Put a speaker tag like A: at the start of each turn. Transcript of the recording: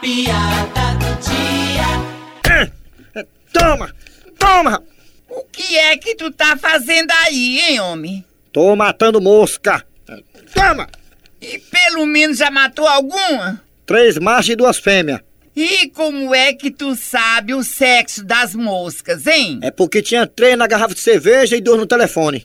A: piada do dia.
B: Toma! Toma!
C: O que é que tu tá fazendo aí, hein, homem?
B: Tô matando mosca! Toma!
C: E pelo menos já matou alguma?
B: Três machos e duas fêmeas.
C: E como é que tu sabe o sexo das moscas, hein?
B: É porque tinha três na garrafa de cerveja e duas no telefone.